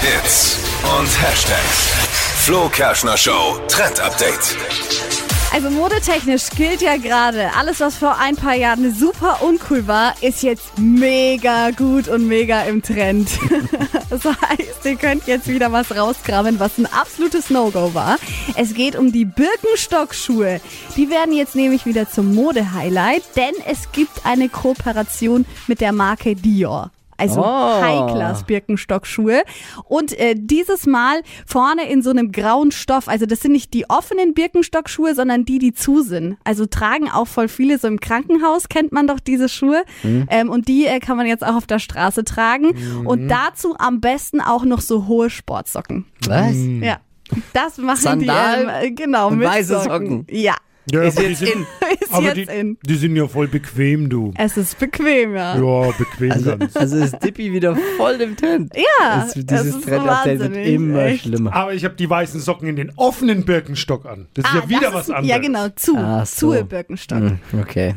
Hits und Hashtags. Flo Kerschner Show Trend Update. Also modetechnisch gilt ja gerade, alles was vor ein paar Jahren super uncool war, ist jetzt mega gut und mega im Trend. Das heißt, ihr könnt jetzt wieder was rauskramen, was ein absolutes No-Go war. Es geht um die Birkenstock-Schuhe. Die werden jetzt nämlich wieder zum Mode-Highlight, denn es gibt eine Kooperation mit der Marke Dior. Also Oh. High-Class Birkenstock-Schuhe. Und äh, dieses Mal vorne in so einem grauen Stoff. Also das sind nicht die offenen Birkenstock-Schuhe, sondern die, die zu sind. Also tragen auch voll viele. So im Krankenhaus kennt man doch diese Schuhe. Mhm. Ähm, und die äh, kann man jetzt auch auf der Straße tragen. Und dazu am besten auch noch so hohe Sportsocken. Was? Ja. Das machen Sandalen die ähm, äh, genau Mhm. und mit weiße Socken. Ja, Ja, Ist aber die jetzt sind, in. ist aber jetzt die, in. die sind ja voll bequem, du. Es ist bequem, ja. Ja, bequem Also, ganz. also ist Dippy wieder voll im Trend. Ja, Es, das dieses ist Trend-Update wird wahnsinnig, immer echt. schlimmer. Aber ich habe die weißen Socken in den offenen Birkenstock an. Das ist Ah, ja wieder das was ist- anderes. Ja, genau, zu. Ah, so. Zu Birkenstock. Hm, Okay.